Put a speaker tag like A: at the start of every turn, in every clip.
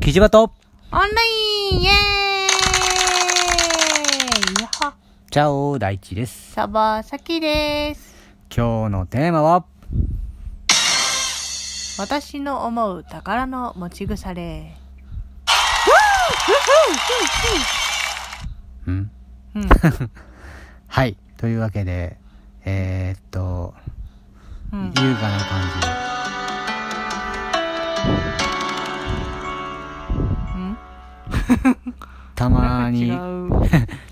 A: キジバト
B: オンラインイエーイやっは
A: チャオ大地です。
B: サバサキです。
A: 今日のテーマは、
B: 私の思う宝の持ち腐れ。
A: うん
B: うん。
A: はい。というわけで、えー、っと、
B: うん。
A: 優雅な感じで。
B: うん
A: たまに
B: 違、う。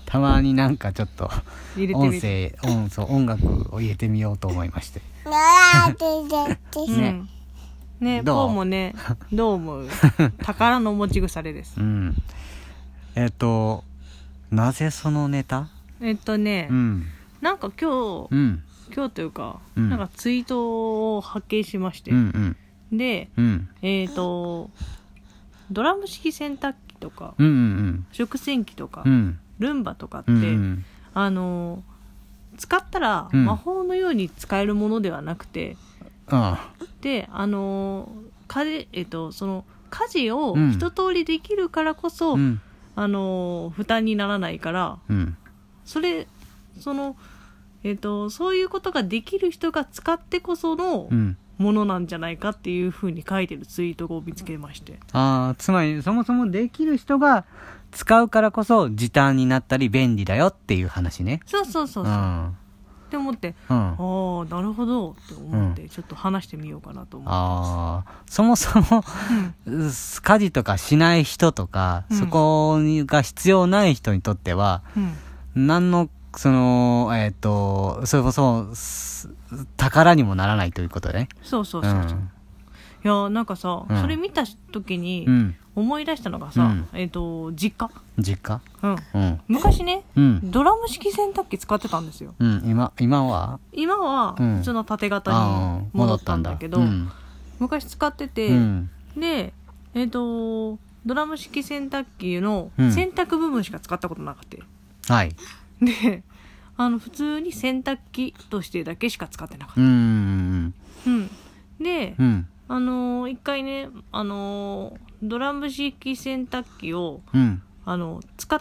A: たまになんかちょっと、
B: 入れて
A: 音
B: みて。
A: 声、音、そう、音楽を入れてみようと思いまして。
B: う
A: ね
B: ん。ね、
A: どう
B: こうもね、ど う思う宝の持ち腐れです
A: う。ん。えー、っと、なぜそのネタ
B: えっとね
A: う、ん。
B: なんか今日
A: う、ん。
B: 今日というか、
A: うん
B: なんかツイートを発見しまして
A: うん。う、ん。
B: で、
A: うん。
B: えっ、と、ドラム式洗濯機とか、
A: うん。うん。
B: 食洗機とか、
A: うん。
B: ルンバとかって、
A: うん。うん。
B: あの、使ったら
A: うん
B: 魔法のように使えるものではなくて、
A: あ
B: で、あの、家事、えっ、と、その、家事を
A: うん
B: 一通りできるからこ
A: あ。
B: そ、
A: うん。
B: あの、負担にならないから、
A: うん。
B: それ、その、えっ、と、そういうことができる人が使ってこその
A: うん。
B: ものなんじゃないかっていうふうに書いてるツイートを見つけまして。
A: ああ、つまり、そもそもできる人が使うからこそ時短になったり便利だよっていう話ね。
B: そうそうそううそう。っ
A: ん。
B: て思って、
A: うん。あ
B: ああ、なるほどって思って、ちょっと話してみようかなと思って。
A: あー、そもそも、うっ家事とかしない人とか、
B: うん
A: そこにが必要ない人にとっては、
B: うん。
A: 何の、その、えっ、と、それこそ、す宝にもならないということね。
B: そうそう
A: う
B: そうそう。
A: ん。
B: いや、なんかさ、
A: うん
B: それ見た時に
A: うん。
B: 思い出したのがさ、
A: うん
B: えっ、と、実家。
A: 実家
B: うん。
A: うん。
B: 昔ね、
A: うん。
B: ドラム式洗濯機使ってたんですよ。
A: うん。今、今は
B: 今は
A: うん
B: 普通の縦型
A: あ
B: に
A: ー
B: 戻ったんだけど、
A: うん。
B: 昔使ってて、
A: うん。
B: で、えっ、と、ドラム式洗濯機の
A: うん
B: 洗濯部分しか使ったことなくて。
A: はい。
B: で、あの、普通に洗濯機としてだけしか使ってなかっ
A: う
B: た。
A: んうん。
B: うん。で、
A: うん。
B: あのー一回ね、あのードラム式洗濯機を、
A: うん。
B: あの使っ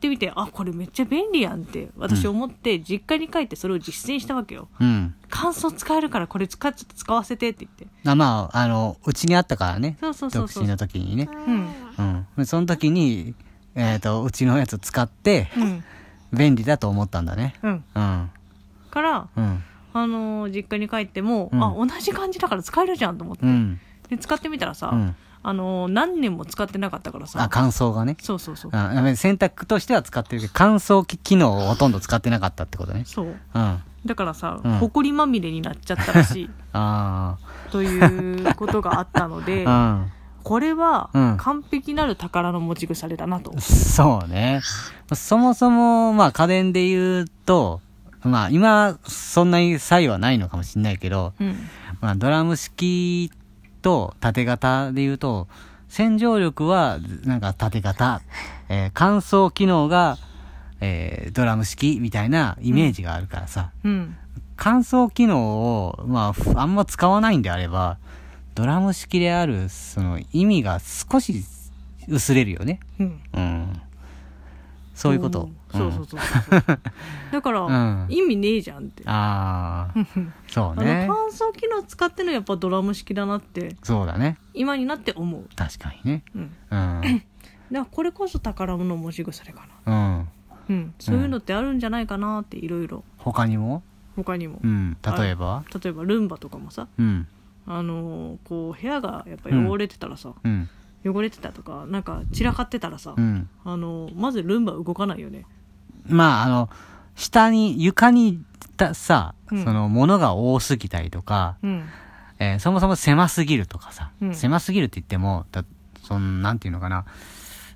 B: てみて、あ、これめっちゃ便利やんって、私思って、実家に帰ってそれを実践したわけよ。
A: うん。
B: 乾燥使えるからこれ使っちゃって使わせてって言って。
A: あまあ、あの、うちにあったからね。
B: そうそうそうそ
A: 独
B: う
A: 身の時にね。
B: うん。
A: うん。その時に、えっ、と、うちのやつ使って、
B: うん。
A: 便利だと思ったんだね。
B: うん。
A: うん。
B: から、
A: うん。
B: あのー実家に帰っても、
A: うん
B: あ、同じ感じだから使えるじゃんと思って。
A: うん。
B: で、使ってみたらさ、
A: うん。
B: あのー何年も使ってなかったから
A: あ、
B: さ。
A: 乾燥がね。
B: そうそうそう
A: う。ん。洗濯としては使ってるけど、乾燥機機能をほとんど使ってなかったってことね。
B: そう。
A: うん。あ
B: だからさ、
A: うん
B: ほこりまみれになっちゃったらしい。
A: あ
B: ということがあったの で、
A: ー。
B: これは
A: うん
B: 完璧なる宝の持ち腐れだなと
A: うん。。そうね。そもそも、まあ、家電で言うと、まあ、今、そんなに差異はないのかもしれないけど、
B: うん。
A: まあ、ドラム式と縦型で言うと、洗浄力は、なんか縦型、えー乾燥機能が、えードラム式みたいなイメージがあるからさ、
B: うん。
A: 乾燥機能を、まあふ、あんま使わないんであれば、ドラム式である、その、意味が少し薄れるよね。
B: うん。
A: うん。そういうこと。
B: うんそうそう
A: う
B: そうそう。 だから、
A: うん
B: 意味ねえじゃんって
A: ん。。ああ、そう
B: あの
A: ね
B: 乾。燥機能使ってのやっぱドラム式だなって
A: そうだね。
B: 今になって思う、
A: 確かにね。
B: うん、
A: うん。
B: だからこれこそ宝物の持ち腐れかな、
A: うん。
B: うん、そういうのってあるんじゃないかなっていろいろ
A: 他にも
B: 他にも、
A: うん、例えば
B: 例えばルンバとかもさ
A: うん、
B: あのーこう部屋がやっぱ汚れてたらさ、
A: うん、
B: 汚れてたとかなんか散らかってたらさ、
A: うん。
B: あのまずルンバ動かないよね
A: まあ、あの、下に、床にたさ、
B: うん
A: その、物が多すぎたりとか、
B: うん
A: えーそもそも狭すぎるとかさ、
B: うん
A: 狭すぎるって言っても、だその、なんていうのかな、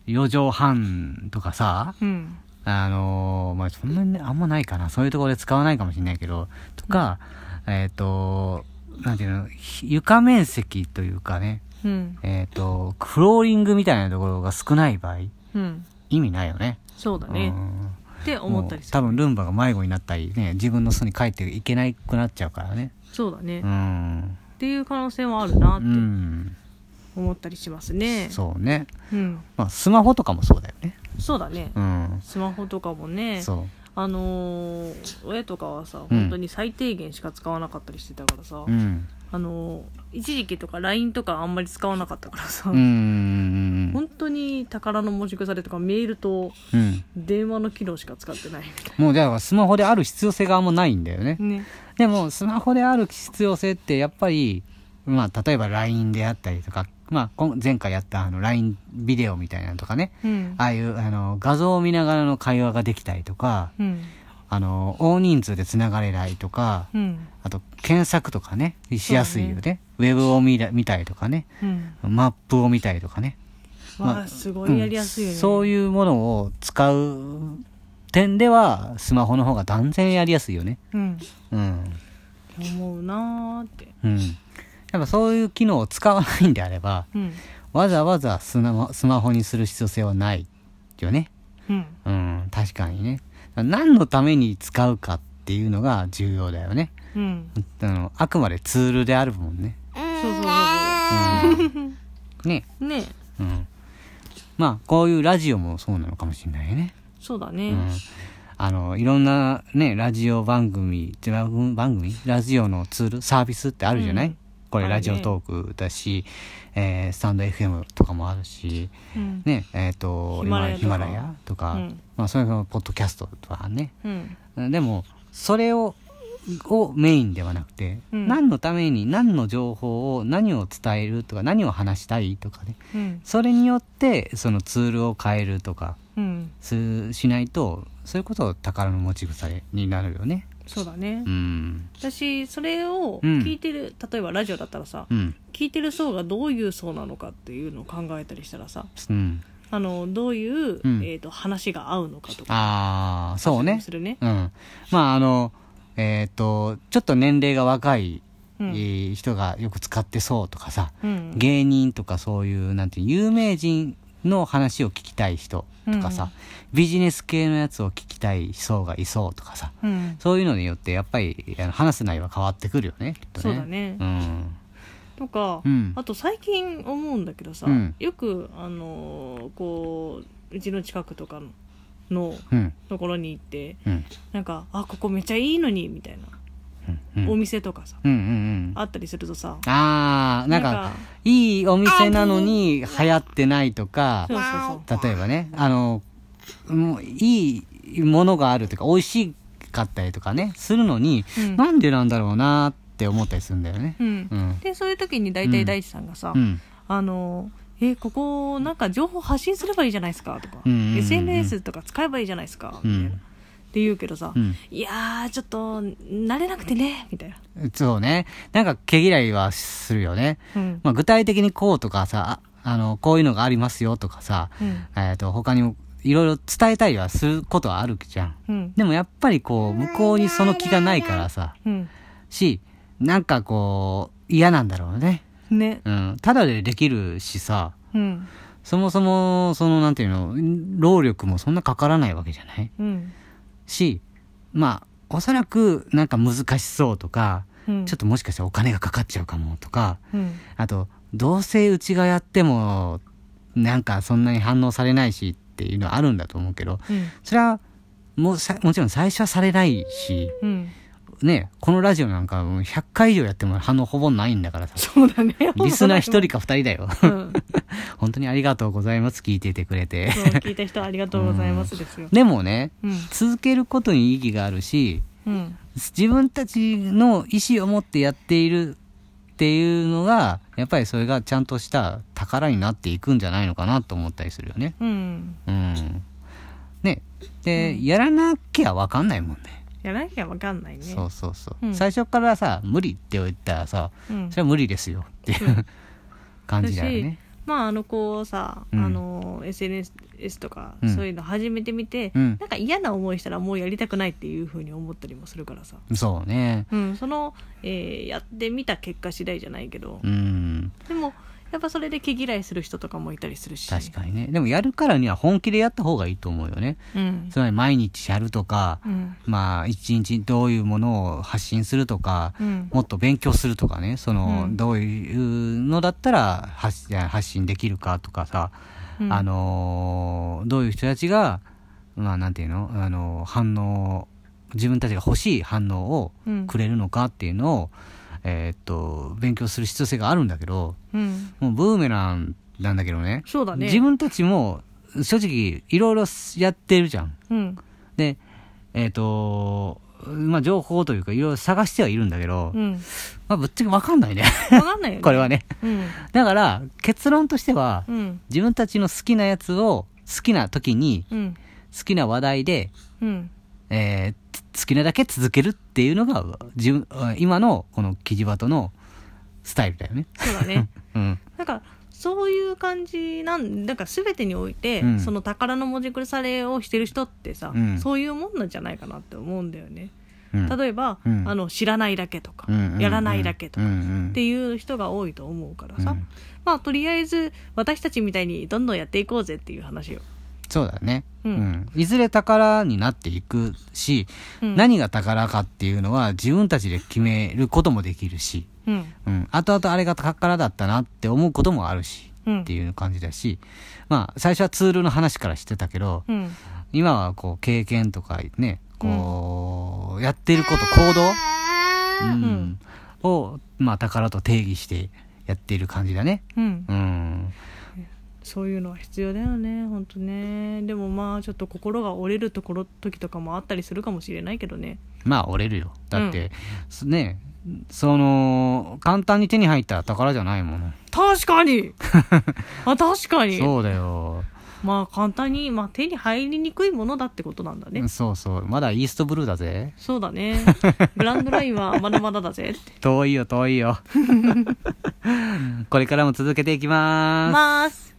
A: 4畳半とかさ、
B: うん
A: あのーまあ、そんなにねあんまないかな。そういうところで使わないかもしれないけど、とか、えっ、と、なんていうの、ひ床面積というかね、
B: うん
A: えっ、と、フローリングみたいなところが少ない場合、
B: うん
A: 意味ないよね。
B: そうだ
A: う
B: ね、
A: ん
B: って思ったりす
A: も
B: る
A: う多分ルンバが迷子になったりね自分の巣に帰っていけなくなっちゃうからね
B: そうだね、
A: う
B: っ
A: ん
B: ていう可能性はあるなっ
A: う
B: て
A: ん
B: 思ったりしますね
A: そうね、
B: う,、ん、
A: まあ、スマホとかもそうだよね
B: そうだね、
A: うん
B: スマホとかもね
A: そ
B: あのー親とかはさ
A: うん
B: 本当に最低限しか使わなかったりしてたからさ、
A: ううん
B: あのー一時期とか LINE とかあんまり使わなかったからさ、
A: うんうんうん
B: 本当に宝の文字腐れとかメールと
A: うん
B: 電話の機能しか使ってないみたい
A: もうだからスマホである必要性があんまないんだよね
B: なね
A: でもスマホである必要性ってやっぱりまあ例えば LINE であったりとかまあこん前回やったあの LINE ビデオみたいなのとかね
B: うん
A: ああいうあの画像を見ながらの会話ができたりとか
B: うん
A: あの大人数でつながれないとか
B: うん
A: あと検索とかねしやすいよねウェブを見ら見たりとかね
B: うん
A: マップを見たりとかねま
B: ま
A: あ
B: あすごいやりやすいよね、
A: うんそういうものを使う点ではスマホの方が断然やりやすいよね
B: うん
A: うん
B: 思うなーって
A: うんやっぱそういう機能を使わないんであれば
B: うん
A: わざわざスマスマホにする必要性はないよね
B: うん
A: うん確かにね何のために使うかっていうのが重要だよね
B: うん
A: あのあくまでツールであるもんね
B: そうそうそうそ
A: うんね
B: うね
A: うんまあこういうラジオもそうなのかもしれないね
B: そうだね、
A: うん、あのいろんなねラジオ番組違う番組ラジオのツールサービスってあるじゃない、
B: うん
A: これ
B: あるね
A: ラジオトークだし、えースタンド FM とかもあるし
B: うん
A: ねえっ、と
B: ヒマラヤ
A: 今ヒマラヤとか、
B: うん
A: まあ、そういうのポッドキャストとかね
B: うん
A: でもそれををメインではなくて、
B: うん
A: 何のために何の情報を何を伝えるとか何を話したいとかね
B: うん
A: それによってそのツールを変えるとか
B: うん
A: すしないとそういうことを宝の持ち腐れになるよね
B: そうだね、
A: うん
B: 私それを
A: うん
B: 聞いてる、例えばラジオだったらさ、
A: うん
B: 聞いてる層がどういう層なのかっていうのを考えたりしたらさ
A: うん
B: あのどういう、
A: うん
B: えー、と話が合うのかとか
A: ああそうね
B: するね、
A: うんまああのえっ、とちょっと年齢が若い、
B: うん
A: えー人がよく使ってそうとかさ
B: うん
A: 芸人とかそういうなんていう有名人の話を聞きたい人とかさ、
B: うん
A: ビジネス系のやつを聞きたい層がいそうとかさ
B: うん
A: そういうのによってやっぱりあの話す内容は変わってくるよねきっとね
B: そうだね
A: うん
B: とか、
A: うん
B: あと最近思うんだけどさ、
A: うん
B: よくあのーこううちの近くとかのの
A: うん
B: ところに行って
A: うん
B: なんか「あここめっちゃいいのに」みたいな、
A: うんうん
B: お店とかさ
A: うんうんうん
B: あったりするとさ
A: あーなんか
B: なんか
A: いいお店なのに流行ってないとか
B: そうそうそう
A: 例えばねあのもういいものがあるというか美味しかったりとかねするのに、
B: うん
A: なんでなんだろうなって思ったりするんだよね。
B: うん
A: うん
B: でそういう時に大体大地さんがさ「
A: うん
B: あのーえここなんか情報発信すればいいじゃないですか」とか、
A: うんうんうん
B: SNS とか使えばいいじゃないですか」
A: う
B: みたいな、
A: ん
B: って言うけどさ「
A: うん
B: いやーちょっと慣れなくてね」みたいな。
A: そうねなんか毛嫌いはするよね。
B: うん
A: まあ、具体的にこうとかさああのこういうのがありますよとかさ、
B: うん
A: えー、と他にもいろいろ伝えたりはすることはあるじゃん。
B: うん
A: でもやっぱりこう、向こうにその気がないからさ、
B: うん
A: し、なんかこう、嫌なんだろうね。
B: ね
A: うん。ただでできるしさ、
B: うん
A: そもそも、その、なんていうの、労力もそんなかからないわけじゃない
B: うん
A: し、まあ、おそらく、なんか難しそうとか、
B: うん
A: ちょっともしかしたらお金がかかっちゃうかもとか、
B: うん
A: あと、どうせうちがやっても、なんかそんなに反応されないしっていうのはあるんだと思うけど、
B: うん
A: それは、もうさ、もちろん最初はされないし、
B: うん
A: ね、このラジオなんかもう100回以上やっても反応ほぼないんだからさ。
B: そうだね
A: リスナー
B: 本当
A: 一人か二人だよ。
B: だうん
A: 本当にありがとうございます。聞いててくれて。
B: そう聞いた人ありがとうございますですよ
A: でもね、
B: うん
A: 続けることに意義があるし、
B: うん
A: 自分たちの意思を持ってやっているっていうのが、やっぱりそれがちゃんとした宝になっていくんじゃないのかなと思ったりするよね。
B: うん
A: うん。ね。で、やらなきゃわかんないもんね。
B: いやなきゃわかんないね
A: そうそうそう。
B: うん
A: 最初からさ、無理って言ったらさ、
B: うん
A: それは無理ですよっていう 感じだよね。
B: まああのこうさ、
A: うん
B: あの SNS とか、
A: うん
B: そういうの始めてみて、
A: うん
B: なんか嫌な思いしたらもうやりたくないっていうふうに思ったりもするからさ、
A: そうね。
B: うん、その、えーやってみた結果次第じゃないけど、
A: うん。
B: でもやっぱそれで毛嫌いする人とかもいたりするし
A: 確かにねでもやるからには本気でやった方がいいと思うよね
B: うん
A: つまり毎日やるとか、
B: うん
A: まあ一日どういうものを発信するとか、
B: うん
A: もっと勉強するとかねその、
B: うん
A: どういうのだったら発発信できるかとかさ、
B: うん
A: あのーどういう人たちがまあなんていうの、あのー反応自分たちが欲しい反応を
B: うん
A: くれるのかっていうのを、えーっと勉強する必要性があるんだけど
B: うん
A: もうブーメランなんだけどね
B: そうだね
A: 自分たちも正直いろいろやってるじゃん。
B: うん
A: でえーっとまあ情報というかいろいろ探してはいるんだけど、
B: うん
A: まあぶっちゃけわかんないね
B: 分かんないよね
A: これはね
B: うん
A: だから結論としては
B: うん
A: 自分たちの好きなやつを好きな時に
B: うん
A: 好きな話題で、
B: うん
A: えーつ好きなだけ続けるっていうのが自分あ今のこのキジバトのスタイルだよね。
B: そうだ ね
A: うん、
B: なんかそういう感じなんだから全てにおいて、
A: うん
B: その宝の文字腐れをしてる人ってさ、
A: うん
B: そういうもんなんじゃないかなって思うんだよね。
A: うん
B: 例えば、
A: うん
B: あの知らないだけとか、
A: うんうんうん
B: やらないだけとか、
A: うんうん
B: っていう人が多いと思うからさ、
A: うん
B: まあとりあえず私たちみたいにどんどんやっていこうぜっていう話よ。
A: そうだね、
B: うん
A: いずれ宝になっていくし、
B: うん
A: 何が宝かっていうのは自分たちで決めることもできるし、
B: うん
A: うん、後々あれが宝だったなって思うこともあるし
B: うん
A: っていう感じだし、まあ最初はツールの話からしてたけど、
B: うん
A: 今はこう経験とかねこう、やってること行動、うん
B: うん
A: を、まあ、宝と定義してやっている感じだね
B: うん
A: うん
B: そういうのは必要だよね本当ねでもまあちょっと心が折れるところ時とかもあったりするかもしれないけどね
A: まあ折れるよだって、すねその簡単に手に入った宝じゃないもの
B: 確 かにあ確かに
A: そうだよ、
B: まあ簡単に、まあ、手に入りにくいものだってことなんだね、
A: そうそうまだイーストブルーだぜ
B: そうだねグランドラインはまだまだだぜって
A: 遠いよ遠いよこれからも続けていきます
B: ます